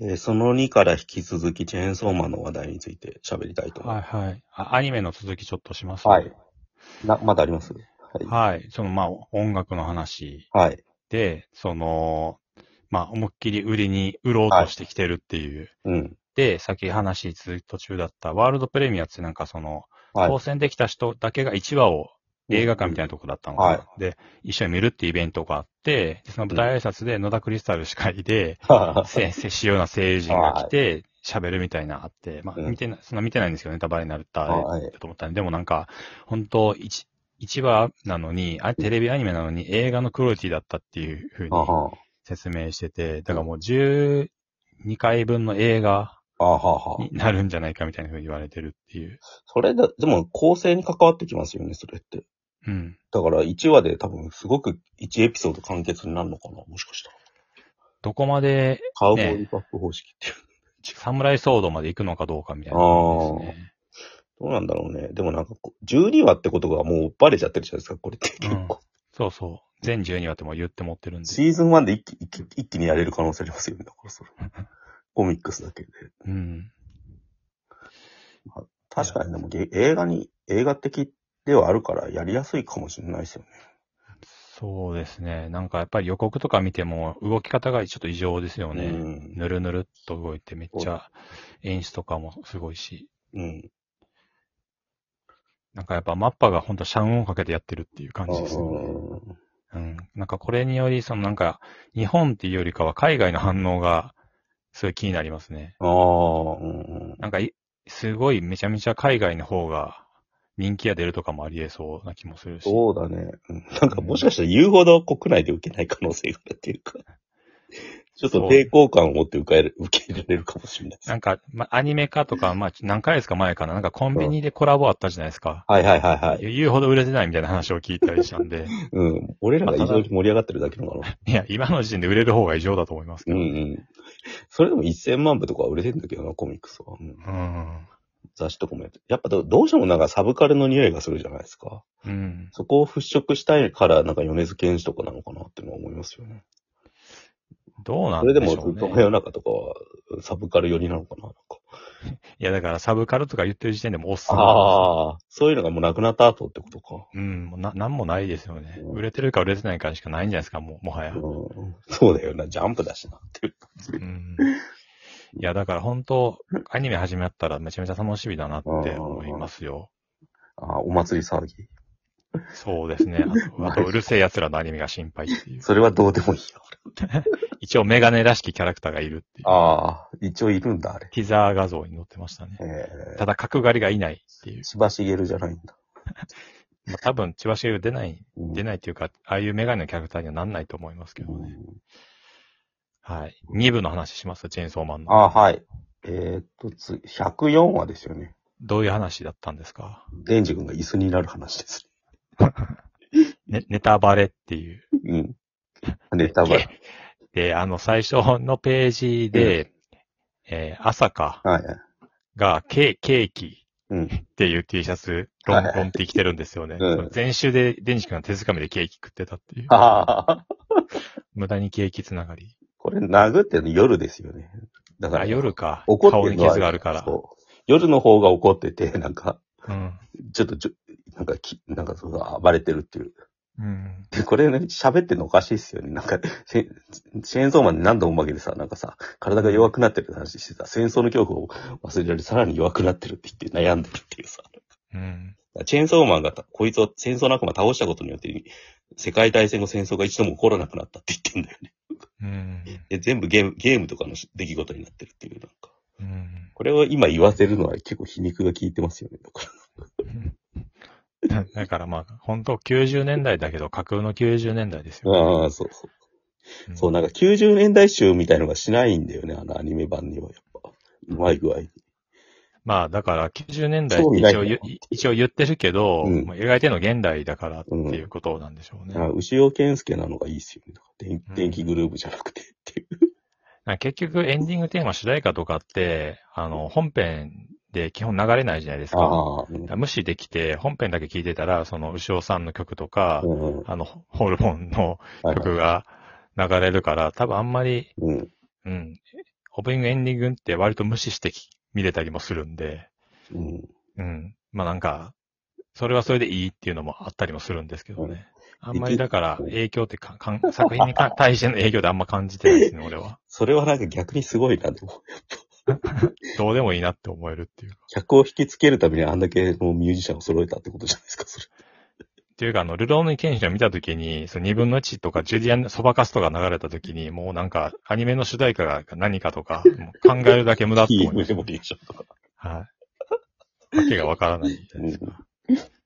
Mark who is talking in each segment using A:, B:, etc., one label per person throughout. A: えーその2から引き続きチェーンソーマンの話題について喋りたいと思い
B: はい
A: ます。
B: はい。あアニメの続きちょっとします
A: はい。な、まだありますはい。
B: はい。その、まあ、音楽の話
A: はい。
B: で、その、まあ、思いっきり売りに売ろうとしてきてるっていう。
A: うん。
B: で、さっき話続く途中だったワールドプレミアってなんかその、
A: はい
B: 当選できた人だけが1話を映画館みたいなとこだったのかな、
A: はい
B: で、一緒に見るってイベントがあって、でその舞台挨拶で野田クリスタル司会で、
A: は
B: せ、せしような声優陣が来て、喋るみたいなあって、まあ、
A: うん
B: 見てな、そんな見てないんですけど、ネタバレになるった
A: は
B: あ
A: い
B: れだと思ったんで、でもなんか、本当一一話なのに、あれテレビアニメなのに映画のクオリティだったっていうふうに
A: あは
B: 説明してて、だからもう12回分の映画
A: あはは
B: になるんじゃないかみたいなふうに言われてるっていう。
A: それで、でも構成に関わってきますよね、それって。
B: うん。
A: だから1話で多分すごく1エピソード完結になるのかな、もしかしたら。
B: どこまで
A: カウボーイバック方式っていう。
B: 侍騒動まで行くのかどうかみたいな感じですね。
A: どうなんだろうね。でもなんかこう、12話ってことがもうバレちゃってるじゃないですか、これって結構。
B: そうそう。全12話ってもう言って持ってるんで。
A: シーズン1で一気一気一気にやれる可能性ありますよね、だからそれ。コミックスだけで。
B: うん。
A: 確かにでもげ映画に、映画的ではあるからやりやすいかもしれないですよね。
B: そうですね。なんかやっぱり予告とか見ても動き方がちょっと異常ですよ
A: う
B: ね。
A: ん。
B: ぬるぬるっと動いてめっちゃ演出とかもすごいし。
A: うん。
B: なんかやっぱマッパが本当シャンをかけてやってるっていう感
A: あ
B: じですよね。
A: ー
B: うん。なんかこれにより、そのなんか、日本っていうよりかは海外の反応が、すごい気になりますね。
A: あー、うん。
B: なんかい、すごいめちゃめちゃ海外の方が、人気が出るとかもありえそうな気もするし。
A: そうだね。うんなんかもしかしたら言うほど国内で受けない可能性があるっていう か、ちょっと抵抗感を持って受け入れ受け入れられるかもしれないです
B: なんか、ま、アニメ化とか、まあ、何ヶ月か前かな、なんかコンビニでコラボあったじゃないですか。
A: はいはいはいはい。
B: 言うほど売れてないみたいな話を聞いたりしたん で、
A: うん。俺らが異常に盛り上がってるだけなのかな。
B: いや、今の時点で売れる方が異常だと思いますけ
A: うん
B: ど。
A: うん。それでも1000万部とかは売れてんだけどな、コミックスは。うん
B: うん。
A: 雑誌とかもやって。やっぱどどうしてもなんかサブカルの匂いがするじゃないですか。
B: うん。
A: そこを払拭したいから、なんか米津玄師とかなのかなっていうのは思いますよね。
B: どうな
A: そ
B: ん
A: れ
B: で
A: で
B: し
A: も
B: ょう
A: ずっと真
B: ね。
A: 夜中とかはサブカル寄りなのかななんか
B: いや、だからサブカルとか言ってる時点でもうおっさんなんですよ
A: ああ、そういうのがもうなくなった後ってことか。
B: うん、もうな、なんもないですよね。
A: うん
B: 売れてるか売れてないかしかないんじゃないですか、もう、もはや。
A: うん、そうだよな、ジャンプだしなっていう。
B: うん。いや、だから本当、アニメ始まったらめちゃめちゃ楽しみだなって思いますよ。
A: ああ、お祭り騒ぎ。
B: そうですね。あと、あ とうるせえ奴らのアニメが心配っていう。
A: それはどうでもいいよ。
B: 一応メガネらしきキャラクターがいるっていう。
A: ああ、一応いるんだ、あれ。
B: ティザー画像に載ってましたね。
A: ええ
B: ただ、角刈りがいないっていう。
A: 千葉茂じゃないんだ。
B: まあ、多分、千葉茂出ない、
A: うん
B: 出ないっていうか、ああいうメガネのキャラクターにはなんないと思いますけど
A: う
B: ね。
A: ん
B: はい。2部の話しますチェーンソーマンの。
A: ああ、はい。えーっと、つ、104話ですよね。
B: どういう話だったんですか
A: デンジ君が椅子になる話です。
B: ね、ネタバレっていう。
A: うん。 ネタバレ。
B: で、あの、最初のページで、えー、朝香
A: はい。
B: がケーケーキ
A: うん。
B: っていう T シャツ、ロンロンって着てるんですよね。
A: うん
B: その前週で、デンジ君が手づかみでケーキ食ってたっていう。
A: ああ。
B: 無駄にケーキつながり。
A: これ殴ってるの夜ですよね。だから。
B: あ、夜か。
A: 怒って
B: 顔
A: る
B: に
A: のは
B: 傷があるから。
A: そう。夜の方が怒ってて、なんか、
B: うん。
A: ちょっとちょ、なんかき、なんかそう、暴れてるっていう。
B: うん。
A: で、これね、喋ってんのおかしいっすよね。なんか、せチェーンソーマンで何度も負けてさ、なんかさ、体が弱くなってるって話してさ、戦争の恐怖を忘れられ、さらに弱くなってるって言って悩んでるっていうさ。
B: うん。
A: チェーンソーマンがた、こいつを戦争の悪魔倒したことによって、世界大戦後戦争が一度も起こらなくなったって言ってんだよね。
B: うん。
A: で、全部ゲーム、ゲームとかのし出来事になってるっていう、なんか。
B: うん。
A: これを今言わせるのは結構皮肉が効いてますよね。だか
B: だ だからまあ、本当90年代だけど、架空の90年代です
A: ら
B: よ。
A: ああ、そうそう。
B: うん
A: そう、なんか90年代集みたいのがしないんだよね、あのアニメ版にはやっぱ。うまい具合に。
B: まあ、だから、90年代
A: そうみたい
B: 一
A: な
B: 応言、一応言ってるけど、
A: うん
B: まあ描いてるの現代だからっていうことなんでしょうね。
A: あ牛尾健介なのがいいっすよね。だから電
B: うん
A: 電気グルーブじゃなくてっていう。
B: なんか結局、エンディングテーマ、主題歌とかって、あの、本編で基本流れないじゃないですか。
A: ああ、うん
B: だから無視できて、本編だけ聴いてたら、その、牛尾さんの曲とか、
A: うんうん。
B: あの、ホルモン
A: は
B: の
A: いはい
B: 曲が流れるから、多分あんまり、
A: うん。
B: うん、オープニングエンディングって割と無視してき見れたりもするんで、
A: うん。
B: うん。まあなんか、それはそれでいいっていうのもあったりもするんですけどね。あんまりだから影響ってかかん、作品にか対しての影響ってあんま感じてないですね、俺は。
A: それはなんか逆にすごいな、でも。
B: どうでもいいなって思えるっていう。っ
A: 客を引きつけるためにあんだけもうミュージシャンを揃えたってことじゃないですか、それ。
B: ていうか、あの、ルローニケンシンを見たときに、その2分の1とか、ジュディアン、そばかすとか流れたときに、もうなんか、アニメの主題歌が何かとか、もう考えるだけ無駄って
A: いい
B: 思いま
A: ム
B: した
A: でもいいじゃんとか。
B: はい。わけがわからないみたいですが。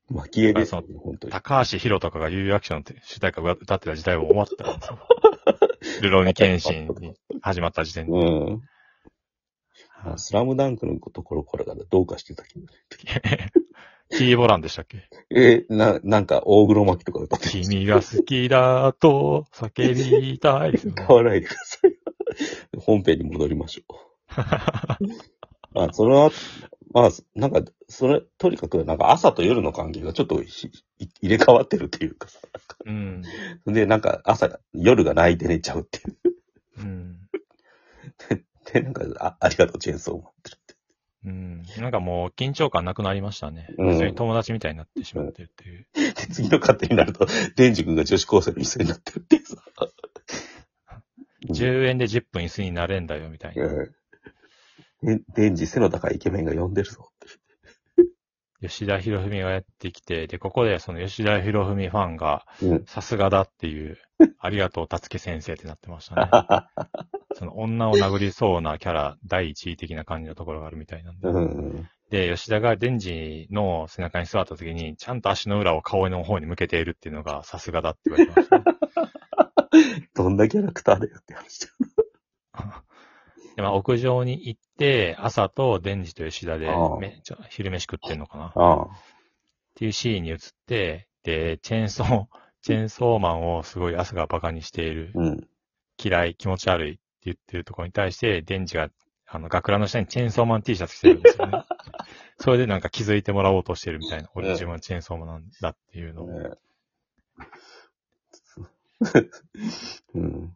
A: 巻き絵ですよね、本当に。
B: 高橋宏とかが有アクションって主題歌を歌ってた時代も終 わったんですよ。ルローニケンシンに始まった時点で。
A: うん。あスラムダンクのところからがどうかしてたけど。
B: キーボランでしたっけ
A: え、な、なんか大黒巻きとか歌ってる
B: 君が好きだと叫びたいですよ ね
A: 買。わないでください。本編に戻りましょう。まあ、その後、まあ、なんか、それ、とにかく、なんか朝と夜の関係がちょっとひい入れ替わってるっていうかさ。
B: うん。
A: で、なんか朝、夜が泣いて寝ちゃうっていう。
B: うん。
A: で、なんか、あありがとう、チェーンソーマンって
B: うん。なんかもう緊張感なくなりましたね。
A: うん
B: 普通に友達みたいになってしまってるっていう。
A: 言って。で、次の勝手になると、デンジ君が女子高生の店になってるっていうさ。
B: 10円で10分椅子になれんだよみたいな。
A: うん。でデンジ、背の高いイケメンが呼んでるぞって。
B: 吉田博文がやってきて、で、ここでその吉田博文ファンが
A: うん、
B: さすがだっ ていう、ありがとう、たつけ先生ってなってましたね。その女を殴りそうなキャラ、第一位的な感じのところがあるみた いなんで。
A: うん。
B: で、吉田がデンジの背中に座った時に、ちゃんと足の裏を顔の方に向けているっていうのがさすがだって言われてましたね、
A: どんなキャラクターだよって話だ。
B: で、まあ、屋上に行って、朝とデンジと吉田で
A: ああ
B: めちゃ昼飯食ってんのかなっ
A: ああ。
B: ていうシーンに移って、で、チェーンソー、チェーンソーマンをすごい朝がバカにしている。
A: うん。
B: 嫌い、気持ち悪いって言ってるところに対して、デンジが、あの、学ランの下にチェーンソーマン T シャツ着てるんですよね。それでなんか気づいてもらおうとしてるみたいな。俺
A: うん
B: 自分はチェーンソーマンなんだっていうのを。
A: ねうん。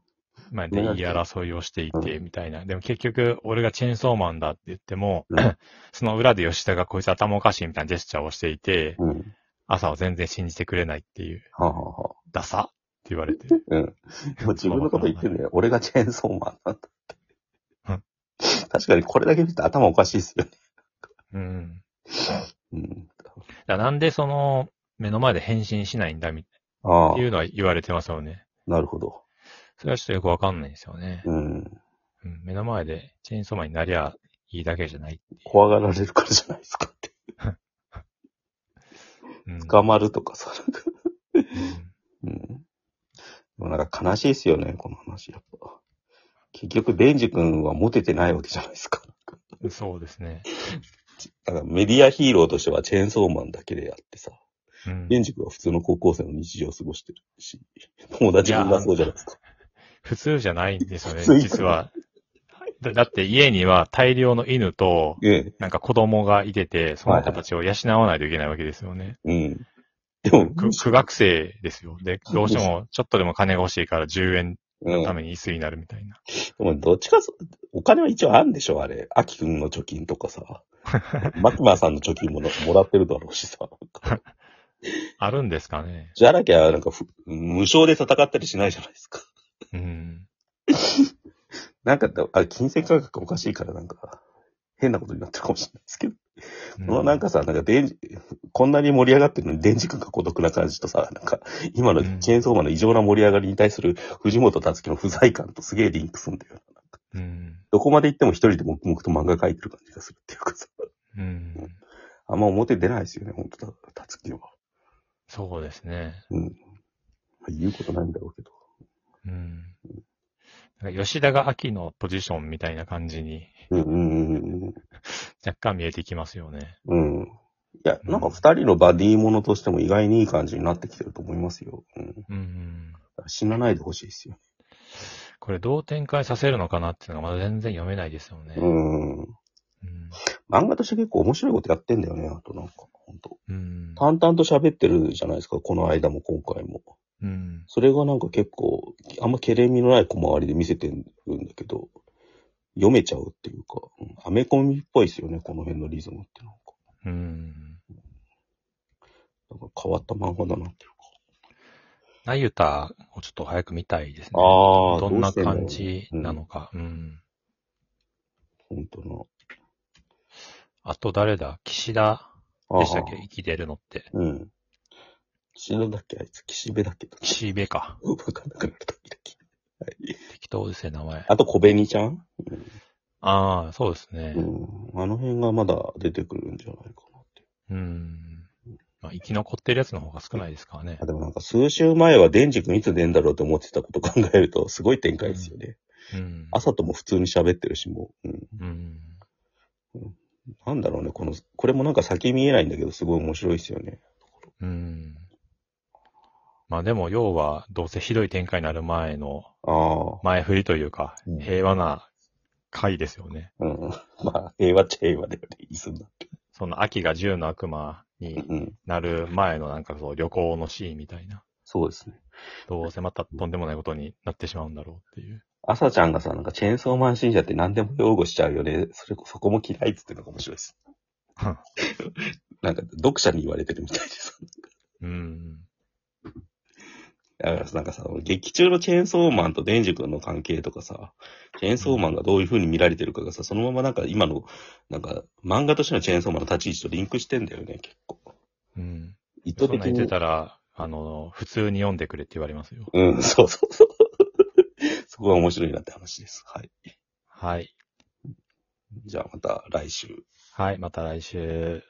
B: まあ、で、言い争いをしていて、みたいな。でも結局、俺がチェーンソーマンだって言っても
A: う、ん
B: その裏で吉田がこいつ頭おかしいみたいなジェスチャーをしていて、
A: うん。
B: 朝を全然信じてくれないっていう、
A: はあ、はあはあ、
B: ダサって言われて。
A: うん。でも自分のこと言ってんだよ。俺がチェーンソーマンなん
B: う
A: だって。確かにこれだけ見て頭おかしいっすよね。
B: うん。
A: うん。
B: だからなんでその、目の前で返信しないんだ、みたい
A: あ
B: な。
A: あ
B: ってい、うのは言われてますよね。
A: なるほど。
B: それはちょっとよくわかんないですよね。
A: うん。
B: うん、目の前でチェーンソーマンになりゃいいだけじゃない。
A: 怖がられるからじゃないですかって。
B: うん、
A: 捕まるとかさ。なんか
B: うん
A: うん。でもなんか悲しいっすよね、この話。やっぱ。結局、デンジ君はモテてないわけじゃないですか。
B: そうですね。
A: だからメディアヒーローとしてはチェーンソーマンだけでやってさ。
B: うん、
A: レンジ君は普通の高校生の日常を過ごしてるし、友達みんなそうじゃないですか。
B: 普通じゃないんですよね、
A: 普通いく
B: 実は。だだって家には大量の犬と、
A: え
B: なんか子供がいてて、その子たちを養わないといけないわけですよね。
A: え。うん。でも、
B: く苦学生ですよ。で、どうしてもちょっとでも金が欲しいから10円
A: うん
B: のために椅子になるみたいな。
A: でもどっちかそ、お金は一応あるんでしょ、あれ。アキ君の貯金とか さ。マキマさんの貯金ものもらってるだろうしさ。
B: あるんですかね。
A: じゃなきゃ、なんかふ、無償で戦ったりしないじゃないですか。
B: うん。
A: なんか、あ金銭感覚おかしいから、なんか、変なことになってるかもしれないですけど。
B: う
A: このなんかさ、なんか電磁、こんなに盛り上がってるのに電磁君が孤独な感じとさ、なんか、今のチェーンソーマンの異常な盛り上がりに対する藤本達樹の不在感とすげえリンクすんだよな。
B: うん。
A: どこまで行っても一人で黙々と漫画描いてる感じがするっていうかさ、
B: うん。
A: あんま表出ないですよね、本当だ、達樹は。
B: そうですね。
A: うん。まあ言うことないんだろうけど。
B: うん。なんか吉田が秋のポジションみたいな感じに
A: うんうんうん
B: 若干見えてきますよね。
A: うん。うん。いや、なんか二人のバディものとしても意外にいい感じになってきてると思いますよ。うん。
B: うん。
A: 死なないでほしいですよ。
B: これどう展開させるのかなっていうのがまだ全然読めないですよね。
A: うん。
B: うん。
A: 漫画として結構面白いことやってんだよね、あとなんか、本当
B: うん。
A: 淡々と喋ってるじゃないですか、この間も今回も。
B: うん。
A: それがなんか結構、あんまけれみのない小回りで見せてるんだけど、読めちゃうっていうか、うんアメコミっぽいですよね、この辺のリズムってなんか。
B: うん。
A: なんか変わった漫画だなっていうか。
B: ナユタをちょっと早く見たいですね。
A: あー
B: どん
A: どう
B: な
A: してんだろう
B: 感じなのか。うん。
A: 本当な。
B: あと誰だ岸田
A: ああ
B: でしたっけ生きてるのって。
A: うん。死ぬだっけあいつ、岸辺だっけとか。
B: 岸辺か。
A: わかんなくなるときはい。
B: 適当ですね、名前。
A: あと、小紅ちゃん、
B: ああ、そうですね
A: う。ん、あの辺がまだ出てくるんじゃないかなって。
B: うん。まあ、生き残ってるやつの方が少ないですからね
A: あ、。でもなんか数週前はデンジ君いつ出んだろうと思ってたこと考えると、すごい展開ですよね。
B: うん。
A: 朝とも普通に喋ってるし、もう。うん。
B: うん。
A: なんだろうね、この、これもなんか先見えないんだけど、すごい面白いですよね。
B: うん。まあでも、要は、どうせひどい展開になる前の
A: ああ。
B: 前振りというか
A: うん、
B: 平和な回ですよね。
A: うん。 まあ、平和っちゃ平和だよね、いすんだって。
B: その秋が銃の悪魔に
A: うん。
B: なる前のなんかそう旅行のシーンみたいな。
A: そうですね。
B: どうせまたとんでもないことになってしまうんだろうっていう。
A: 朝ちゃんがさ、なんかチェーンソーマン信者って何でも擁護しちゃうよね。それ、そこも嫌いっつってるのが面白いです。 なんか、読者に言われてるみたいでさ。
B: うん。
A: だからさ、なんかさ、劇中のチェーンソーマンとデンジ君の関係とかさ、チェーンソーマンがどういう風に見られてるかがさ、そのままなんか今の、なんか、漫画としてのチェーンソーマンの立ち位置とリンクしてんだよね、結構。
B: うん。
A: 意図
B: そん
A: 的
B: なん言って
A: に。
B: たら、あの、普通に読んでくれって言われますよ。
A: うん、そうそう そう。そこが面白いなって話です。はい。
B: はい。
A: じゃあまた来週。
B: はい、また来週。